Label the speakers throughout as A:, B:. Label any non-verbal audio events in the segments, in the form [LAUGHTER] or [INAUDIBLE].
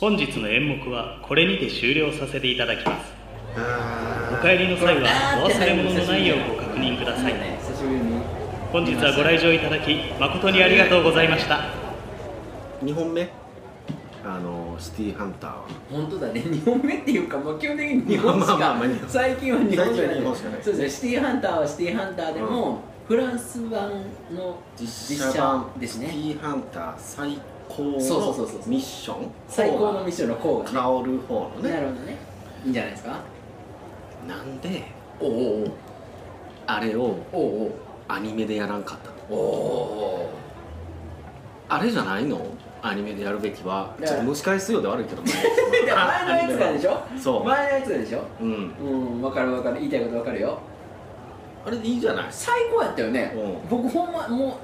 A: 本日の演目はこれにて終了させていただきますお帰りの際はお忘れ物のないようご確認ください
B: 久しぶりに
A: 本日はご来場いただき誠にありがとうございました
C: 2本目あのシティーハンターは
B: 本当だね2本 [LAUGHS] 目っていうか、まあ、基本的に日本しか、
C: まあまあまあ日本
B: 最近は日本しかな
C: 最
B: い
C: 近は日本しかない
B: そうですねシティーハンターはシティーハンターでも、フランス版の実写です
C: シテ
B: ね
C: ィーハンター最高の
B: そうそうそうそう
C: ミッション
B: 最高のミッションの
C: ョ
B: 項がね
C: 香る方の
B: な
C: ね
B: るほどねいいんじゃないですか
C: なんで
B: おうおう
C: あれを
B: おう
C: アニメでやらんかったの
B: おうおお
C: あれじゃないのアニメでやるべきは
B: だ
C: ち
B: か
C: ょ
B: ら
C: っと蒸し返すようで悪いけど
B: で [LAUGHS] 前のやつからでしょ
C: そう
B: 前のやつからでしょ
C: うん
B: うん分かる分かる言いたいこと分かるよ
C: あれでいいじゃない
B: 最高やったよね、
C: うん
B: 僕ほんまもう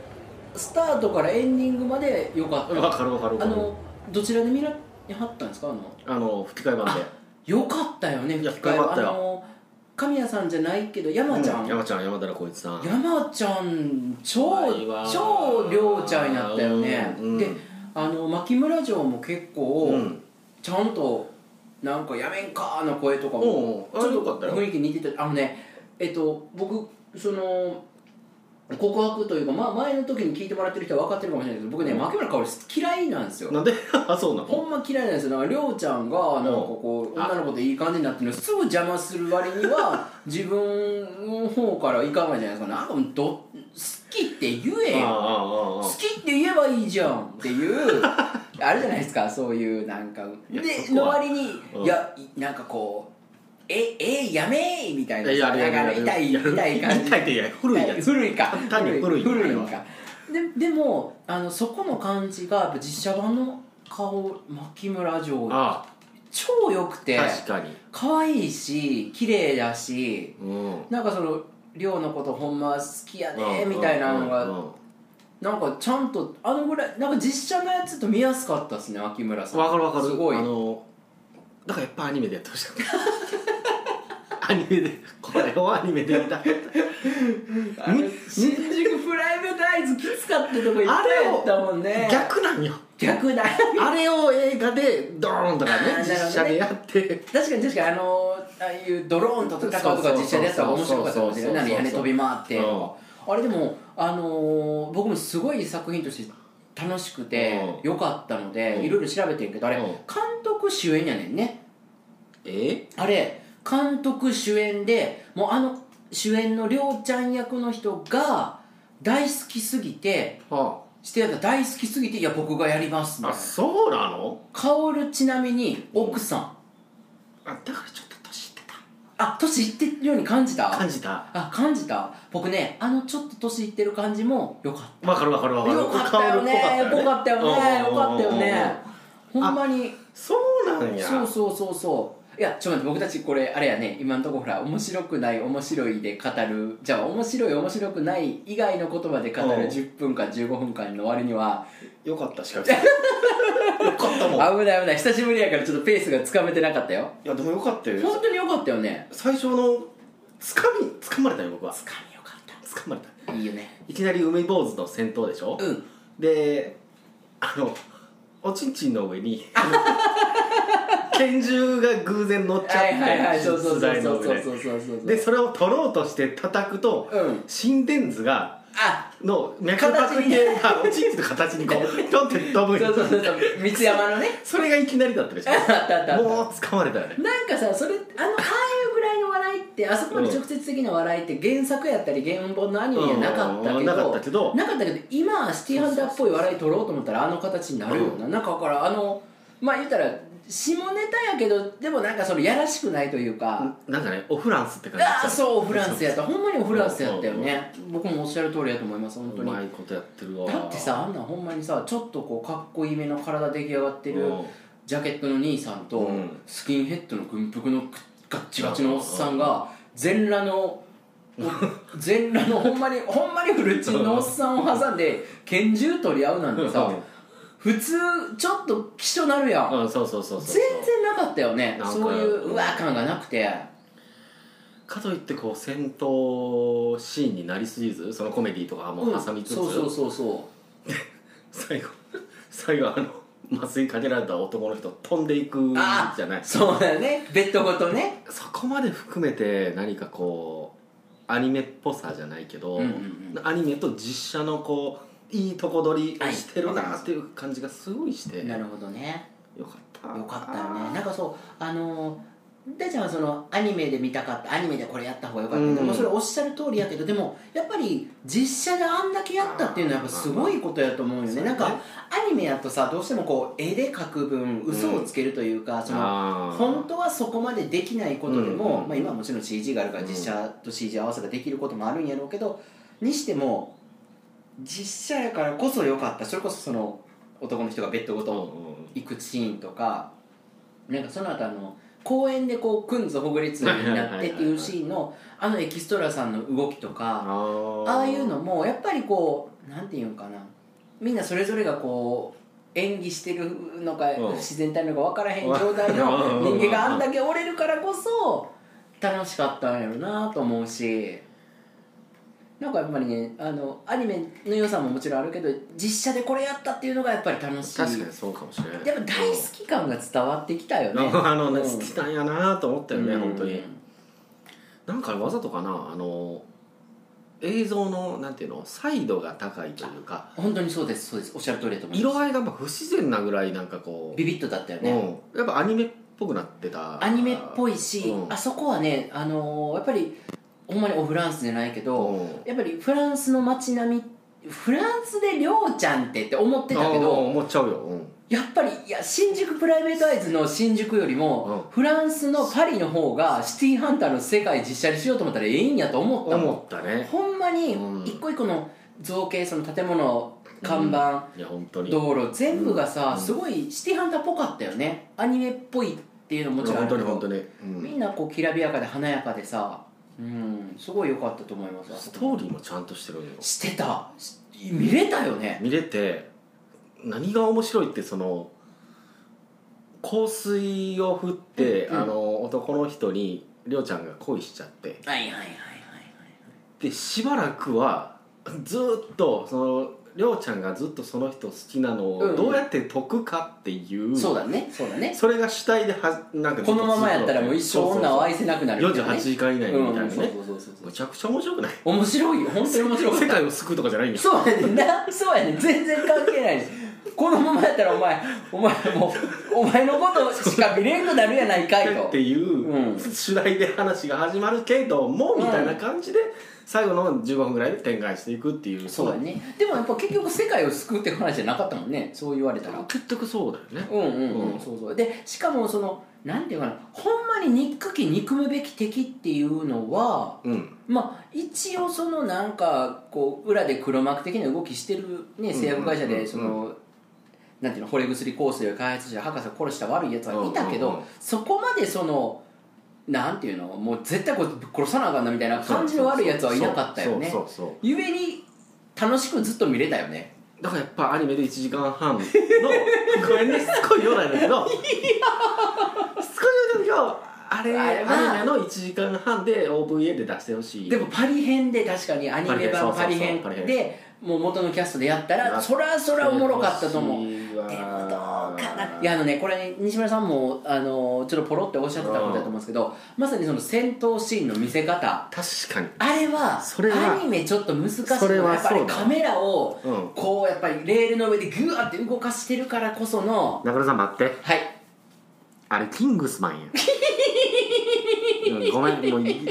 B: スタートからエンディングまでよかった
C: わかるわかるわか
B: あ
C: る
B: のどちらで見られはったんですかあの
C: あの吹き替え版で
B: よかったよね
C: いや
B: 吹き替え
C: よかったよ
B: あの神谷さんじゃないけど山ちゃん、
C: う山ちゃん山寺宏一さん
B: 山ちゃん超
C: 怖いわ
B: 超亮ちゃんやったよね、
C: うんうん
B: であの牧村城も結構、
C: うん
B: ちゃんとなんか「やめんか」の声とかも
C: うんうんあれよかったよ
B: 雰囲気似ててあのねえっと僕その告白というか、まあ、前の時に聞いてもらってる人は分かってるかもしれないけど僕ね牧村かおり嫌いなんですよ
C: なんで [LAUGHS] あそうなの
B: ほんま嫌いなんですよなんかりょうちゃんがなんかこう
C: あ
B: 女の子といい感じになってるのすぐ邪魔する割には自分の方からいかないじゃないですかなんかもうど好きって言
C: ああ
B: えよ
C: あああ
B: 好きって言えばいいじゃんっていう [LAUGHS] あるじゃないですかそういうなんか
C: いや
B: で
C: そこ
B: の
C: は
B: 割に、
C: うん
B: いやいなんかこう「ええやめー」みたいな
C: や
B: な
C: る
B: んか
C: やるやる
B: 痛い
C: やる
B: 痛い感じ
C: 痛いっていや古いやつ
B: 古いか
C: 単に古い
B: 古い
C: あ
B: ん
C: れ
B: かででもあのそこの感じがやっぱ実写版の顔牧村城
C: あ
B: 超良くて
C: 確かに
B: 可愛いし綺麗だし
C: うん
B: なんかその亮のことほんま好きやねみたいなのが
C: うんうんうん
B: なんかちゃんとあのぐらいなんか実写のやつと見やすかったですね秋村さん
C: わかるわかる
B: すごい
C: あのだからやっぱアニメでやってほしかったア
B: [LAUGHS]
C: ニメでこれをアニメでやりたかった
B: あの新宿プライベートアイズきつかったとこいっぱい
C: あれ
B: や
C: を
B: ったもんね
C: 逆なんよ
B: 逆だ
C: あれを映画でドーンとか
B: あ
C: ね
B: ーなるほどね
C: 実写でやって、
B: 確かに確かにあのああいうドローンと戦うとか実写でやったら面白かったかも
C: そうそうそう
B: しれない
C: そう
B: 屋根飛び回って
C: うん
B: あれでも、あのー僕もすごい作品として楽しくて
C: う
B: 良かったので
C: うん
B: いろいろ調べてんけどあれ
C: うん
B: 監督主演やねんね
C: え
B: あれ監督主演でもうあの主演のりょうちゃん役の人が大好きすぎて
C: は
B: してやった大好きすぎていや僕がやりますみ
C: あ
B: た
C: あ
B: いな
C: そうなの
B: 薫ちなみに奥さん
C: あだからちょっと年いって
B: あ年いってるように感じた
C: た感じた
B: あ感じた僕ねあのちょっと年いってる感じもよかっ
C: わかるわかるわ
B: た
C: かる
B: よかったよね
C: 顔
B: よ
C: 濃
B: かったよねよかっ
C: うんうん
B: たよ
C: うんうん
B: ねほんまに
C: そうなんや
B: そうそうそうそういやちょっと待って僕たちこれあれやね今のところほら面白くない面白いで語るじゃあ面白い面白くない以外の言葉で語る
C: うん
B: 10分間15分間の割には
C: よかったしか
B: [LAUGHS]
C: 言ってないよかったもん
B: 危ない危ない久しぶりやからちょっとペースがつかめてなかったよ
C: いやでもよかったよ
B: 本当によかったよね
C: 最初のつかみつかまれたよ僕は
B: つかみよかっ
C: つかまれた
B: たいいよね
C: いきなり梅坊主の戦闘でしょ、
B: うん
C: であのおちんちんの上
B: [LAUGHS]
C: に拳銃が偶然乗っちゃっ
B: は
C: て
B: いはいはいそうそうそう
C: 手術台
B: そ
C: の
B: うそう
C: 上
B: そうそうそう
C: でそれを取ろうとして叩くと、
B: うん
C: 心電図が
B: あ
C: の脈拍計がおちんちんの形にこうピョンって飛ぶ
B: そうそうそうそう三ツ山のね
C: それがいきなりだったでしょ
B: あったあったあった
C: もう掴まれたよね
B: なんかさそれあのああいうぐらいの笑いってあそこまで直接的な笑いって原作やったり原本のアニメにはなかったけど、
C: うんなかったけど
B: なかったけど今シティハンターっぽい笑い取ろうと思ったらあの形になるよな、なんかだからあのまあ言ったら下ネタやけどでもなんかそれやらしくないというか、
C: なんかねオフランスって感じ
B: ああそうフランスやったほんまにフランスやったよ
C: うんうん
B: ね、僕もおっしゃる通りやと思います本当
C: う
B: に
C: まいことやってるわ
B: だってさあんなほんまにさちょっとこうかっこいいめの体出来上がってる
C: うん
B: ジャケットの兄さんと
C: うん
B: スキンヘッドの軍服のガッチガチのおっさんが全
C: [LAUGHS]
B: 裸のお全裸のほんまにほんまにフルチンのおっさんを挟んで拳銃取り合うなんてさ
C: うん
B: 普通ちょっと希少なるやん
C: うんそうそうそうそう
B: 全然なかったよ
C: なん
B: ね
C: か
B: そういううわ感がなくて
C: かといってこう戦闘シーンになりすぎずそのコメディとかも挟みつつ、
B: そうそうそうそう
C: 最後最後あの麻酔かけられた男の人飛んでいく
B: あ
C: じゃない
B: そうだねベッドごとね
C: そこまで含めて何かこうアニメっぽさじゃないけど、
B: うんうん
C: アニメと実写のこういいとこ取りをしてる
B: はい
C: なっていう感じがすごいして
B: な
C: よ
B: るほどね
C: かった
B: よかったよねなんかそうあのー大ちゃんはそのアニメで見たかったアニメでこれやった方がよかった、
C: うん
B: でもそれおっしゃる通りやけどでもやっぱり実写であんだけやったっていうのはやっぱすごいことやと思うよね、
C: そう
B: な
C: ね
B: んかアニメやとさどうしてもこう絵で描く分嘘をつけるというか、その
C: あー
B: 本当はそこまでできないことでも、
C: うん
B: まあ、今はもちろん CG があるから
C: うん
B: 実写と CG 合わせができることもあるんやろうけどにしても実写やからこそ良かったそれこそその男の人がベッドご
C: うんう
B: と
C: ん
B: 行くシーンとかなんかその後あの公園でこうくんずほぐれつになってっていうシーンのあのエキストラさんの動きとか
C: あー
B: ああいうのもやっぱりこうなんていうんかなみんなそれぞれがこう演技してるのか
C: うん
B: 自然体なのか分からへん状態の
C: [LAUGHS] うん
B: 人間があんだけ折れるからこそ楽しかったんやろなと思うしなんかやっぱりねあのアニメの良さももちろんあるけど実写でこれやったっていうのがやっぱり楽しい
C: 確かにそうかもしれない
B: やっぱ大好き感が伝わってきたよね
C: うんあのね
B: うん
C: 好きなんやなと思ったよね、
B: うん
C: 本当になんかわざとかなあの映像のなんていうの彩度が高いというか
B: 本当にそうですそうですおっしゃる通りだと思います
C: 色合いがまあ不自然なぐらいなんかこう
B: ビビッとだったよね、
C: うん、やっぱアニメっぽくなってた
B: アニメっぽ
C: い
B: いし、
C: うん
B: あそこはね、あのーやっぱりほんまにオフランスじゃないけど、やっぱりフランスの街並みフランスでりょうちゃんってって思ってたけど
C: 思っちゃうよ、うん
B: やっぱりいや新宿プライベートアイズの新宿よりも、
C: うん
B: フランスのパリの方がシティーハンターの世界実写にしようと思ったらええんやと思ったもん
C: 思ったね
B: ほんまに
C: うん
B: 一個一個の造形その建物看板、
C: いや本当に
B: 道路全部がさ、
C: うん
B: すごいシティーハンターっぽかったよねアニメっぽいっていうのももちろんあ
C: 本当に
B: るけど
C: 本当に、う
B: み
C: ん、
B: んなこうきらびやかで華やかでさうんすごい良かったと思います
C: ストーリーもちゃんとしてるんよ
B: してたし見れたよね
C: 見れて何が面白いってその香水を振って、
B: うんうん
C: あの男の人にりょうちゃんが恋しちゃって
B: はいはいはいはい
C: でしばらくはずーっとそのりょうちゃんがずっとその人好きなの
B: うんう
C: を
B: ん
C: どうやって解くかっていう、
B: そうだねそうだね
C: それが主体ではなんかずっと
B: このままやったらもう一生女を愛せなくなるみたいな、
C: 48
B: ね、
C: 時間以内にみたいなね、
B: うんそうそうそうそう
C: むちゃくちゃ面白くない
B: 面白いよ本当に面白い
C: 世界を救うとかじゃないんです
B: そうやねんなそうやねん全然関係ないしこのままやったらお前お前もうお前のことしか見れんくなるやないかいと
C: っていうう、
B: ん
C: 主題で話が始まるけども、
B: うん
C: みたいな感じで最後の15分ぐらいで展開していくっていう
B: そうやねでもやっぱ結局世界を救うって話じゃなかったもんねそう言われたら
C: 結局そうだよね
B: うんうんう
C: うんん
B: そうそうでしかもそのなんていうかなほんまに憎き憎むべき敵っていうのは
C: うん
B: まあ一応そのなんかこう裏で黒幕的な動きしてるね
C: うん
B: 製薬会社
C: うんう
B: で
C: ん
B: そのなんていうの惚れ薬香水を開発した博士を殺した悪いやつはいたけ
C: うんうん
B: ど
C: うん
B: そこまでそのなんていうのもう絶対こう殺さなあかんなみたいな感じの悪いやつはいなかったよね
C: そうそうそうそう
B: ゆえに楽しくずっと見れたよね
C: だからやっぱアニメで1時間半のごめんねしつこいようなんだけどしつこいようなんだけどあれ
B: あれは
C: アニメの1時間半で OVA で出してほしい
B: でもパリ編で確かにアニメ版パ
C: パ
B: リ
C: リ
B: 編
C: 編そうそうそうパリ
B: でもう元のキャストでやった
C: や
B: ら
C: っ
B: そらそらおもろかったと思う
C: でもどう
B: でもどうかないやあのねこれ西村さんもあのちょっとポロっておっしゃってたことだと思うんですけどまさにその戦闘シーンの見せ方
C: 確かに
B: あれは
C: それは
B: アニメちょっと難しい
C: それ
B: の
C: は
B: やっぱり
C: そうだ
B: カメラを
C: うん
B: こうやっぱりレールの上でグワーって動かしてるからこその
C: 中村さん待って
B: はい
C: あれキングスマンやいやごめんもういい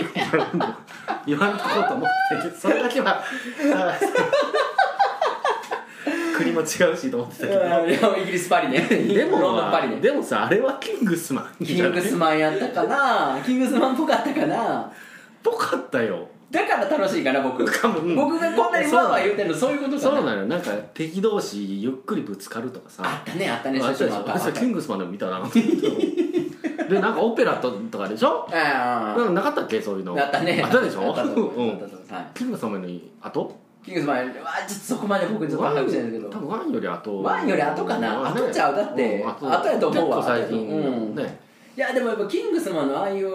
C: 言わんとこうと思ってそれだけはあ [LAUGHS] 国も違うしと思ってたけど
B: イギリスパリね
C: でも
B: ロンドンパリね
C: でもさあれはキングスマン
B: キングス
C: ンっ
B: マンやったかなキングスマンっぽかったかな
C: ぽかったよ
B: だから楽しいかな僕
C: かもうん
B: 僕がこんなにわーわー言うてるのそういうことか
C: そう
B: の
C: なのよなんか敵同士ゆっくりぶつかるとかさ
B: あったねあったね
C: あ
B: そう
C: そうでし
B: あったあ
C: ょ
B: った
C: 私キングスマンでも見たなでなんかオペラととかでしょ
B: あ
C: なんかなかったっけそういうの
B: あったね
C: あったでしょ
B: あったと思う
C: うん
B: あったと思うはい
C: キング様の後
B: キングスマンはちょっとそこまで僕ちょっと把握してないんですけ
C: 多
B: ど
C: 分ワンより後
B: ワンより後かな
C: ワンね
B: 後ちゃうだって後やと思うわ
C: 結構最近
B: うん
C: ね
B: いやでもやっぱキングスマンのああいう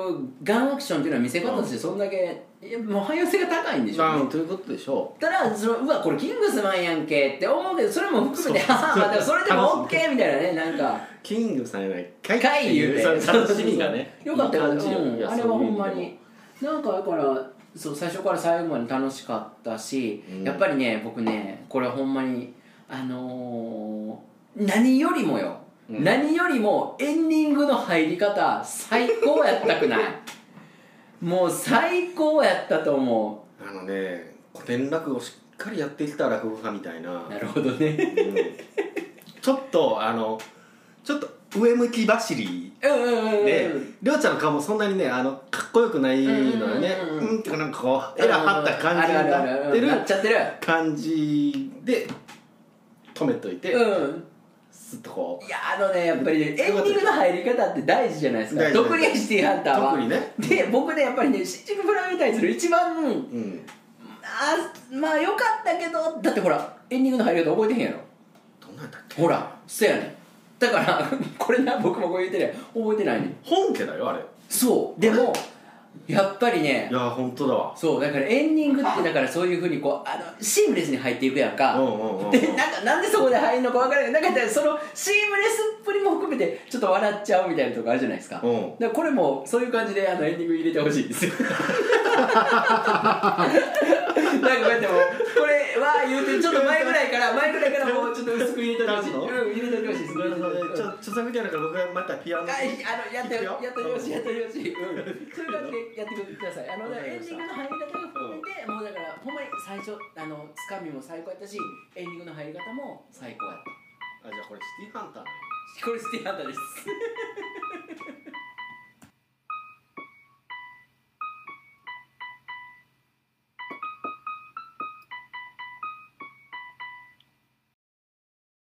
B: ガンアクションっていうのは見せ方としてそんだけいやもう汎用性が高いんでしょうね、
C: まあということでしょ
B: ただそのうわこれキングスマンやんけって思うけどそれも含めてああまあでもそれでも
C: 楽し
B: OK みたいなねなんか
C: うキングさんやないかい
B: かい言うて
C: それ楽しみがね
B: よかったよ、
C: いい感じよ
B: うん
C: いや
B: あれは
C: そう
B: ほ
C: いう意味で
B: ん
C: も
B: まになんかだからそう最初から最後まで楽しかったし、
C: うん
B: やっぱりね僕ねこれほんまにあのー何よりもよ、
C: うん
B: 何よりもエンディングの入り方最高やった
C: [LAUGHS]
B: くないもう最高やったと思
C: あのね古典落語しっかりやってきた落語家みたいな
B: うなるほどね
C: うんちょっとあのちょっと上向き走り
B: うんうんうんうん
C: でりょうちゃんの顔もそんなにねあのかっこよくないのよね
B: うんうんうんうん
C: うんってかなんかこうエラ張った感じになってる
B: あああああなっちゃってる
C: 感じで止めといて、
B: うん
C: スッとこ
B: いやあのねやっぱりねエンディングの入り方って大事じゃないですか
C: 大事
B: 特にシティハンターは
C: 特にね
B: で僕ねやっぱりね新宿プライベートイズの一番
C: う、うん、
B: あーまあよかったけどだってほらエンディングの入り方覚えてへんやろ
C: どんなんだっけ
B: ほらそうやねんだから [LAUGHS] これな僕もこう言ってね覚えてないねん
C: 本家だよあれい
B: そうでもやっぱりね
C: やー本当だわ
B: そうだからエンディングってだからそういうふうにこうあのシームレスに入っていくやん
C: う
B: か、
C: んうんうんうん
B: でなんかなんでそこで入るのか分からないなんかそのシームレスっぷりも含めてちょっと笑っちゃうみたいなとこあるじゃないですか、
C: うん
B: だからこれもそういう感じであのエンディング入れてほし
C: [LAUGHS]
B: いですよなんかこうやってもうこれは言うてちょっと前ぐらいから前ぐらいからもうちょっと薄く入れてほしい、
C: なるほど
B: うん、入れてほしいです
C: ちょ著作権あるから僕がまたピアノ
B: はい、あのやって
C: いく
B: やってよしやってよし、うん、そういう感じでやってくださいあの
C: わかり
B: エ
C: ま
B: ンデ
C: し
B: ィ
C: た
B: ングの入り方が含めて、もうだからほんまに最初あのつかみも最高やったしエンディングの入り方も最高やっ
C: あじゃあこれシティハンター
B: たこれスティアンダーです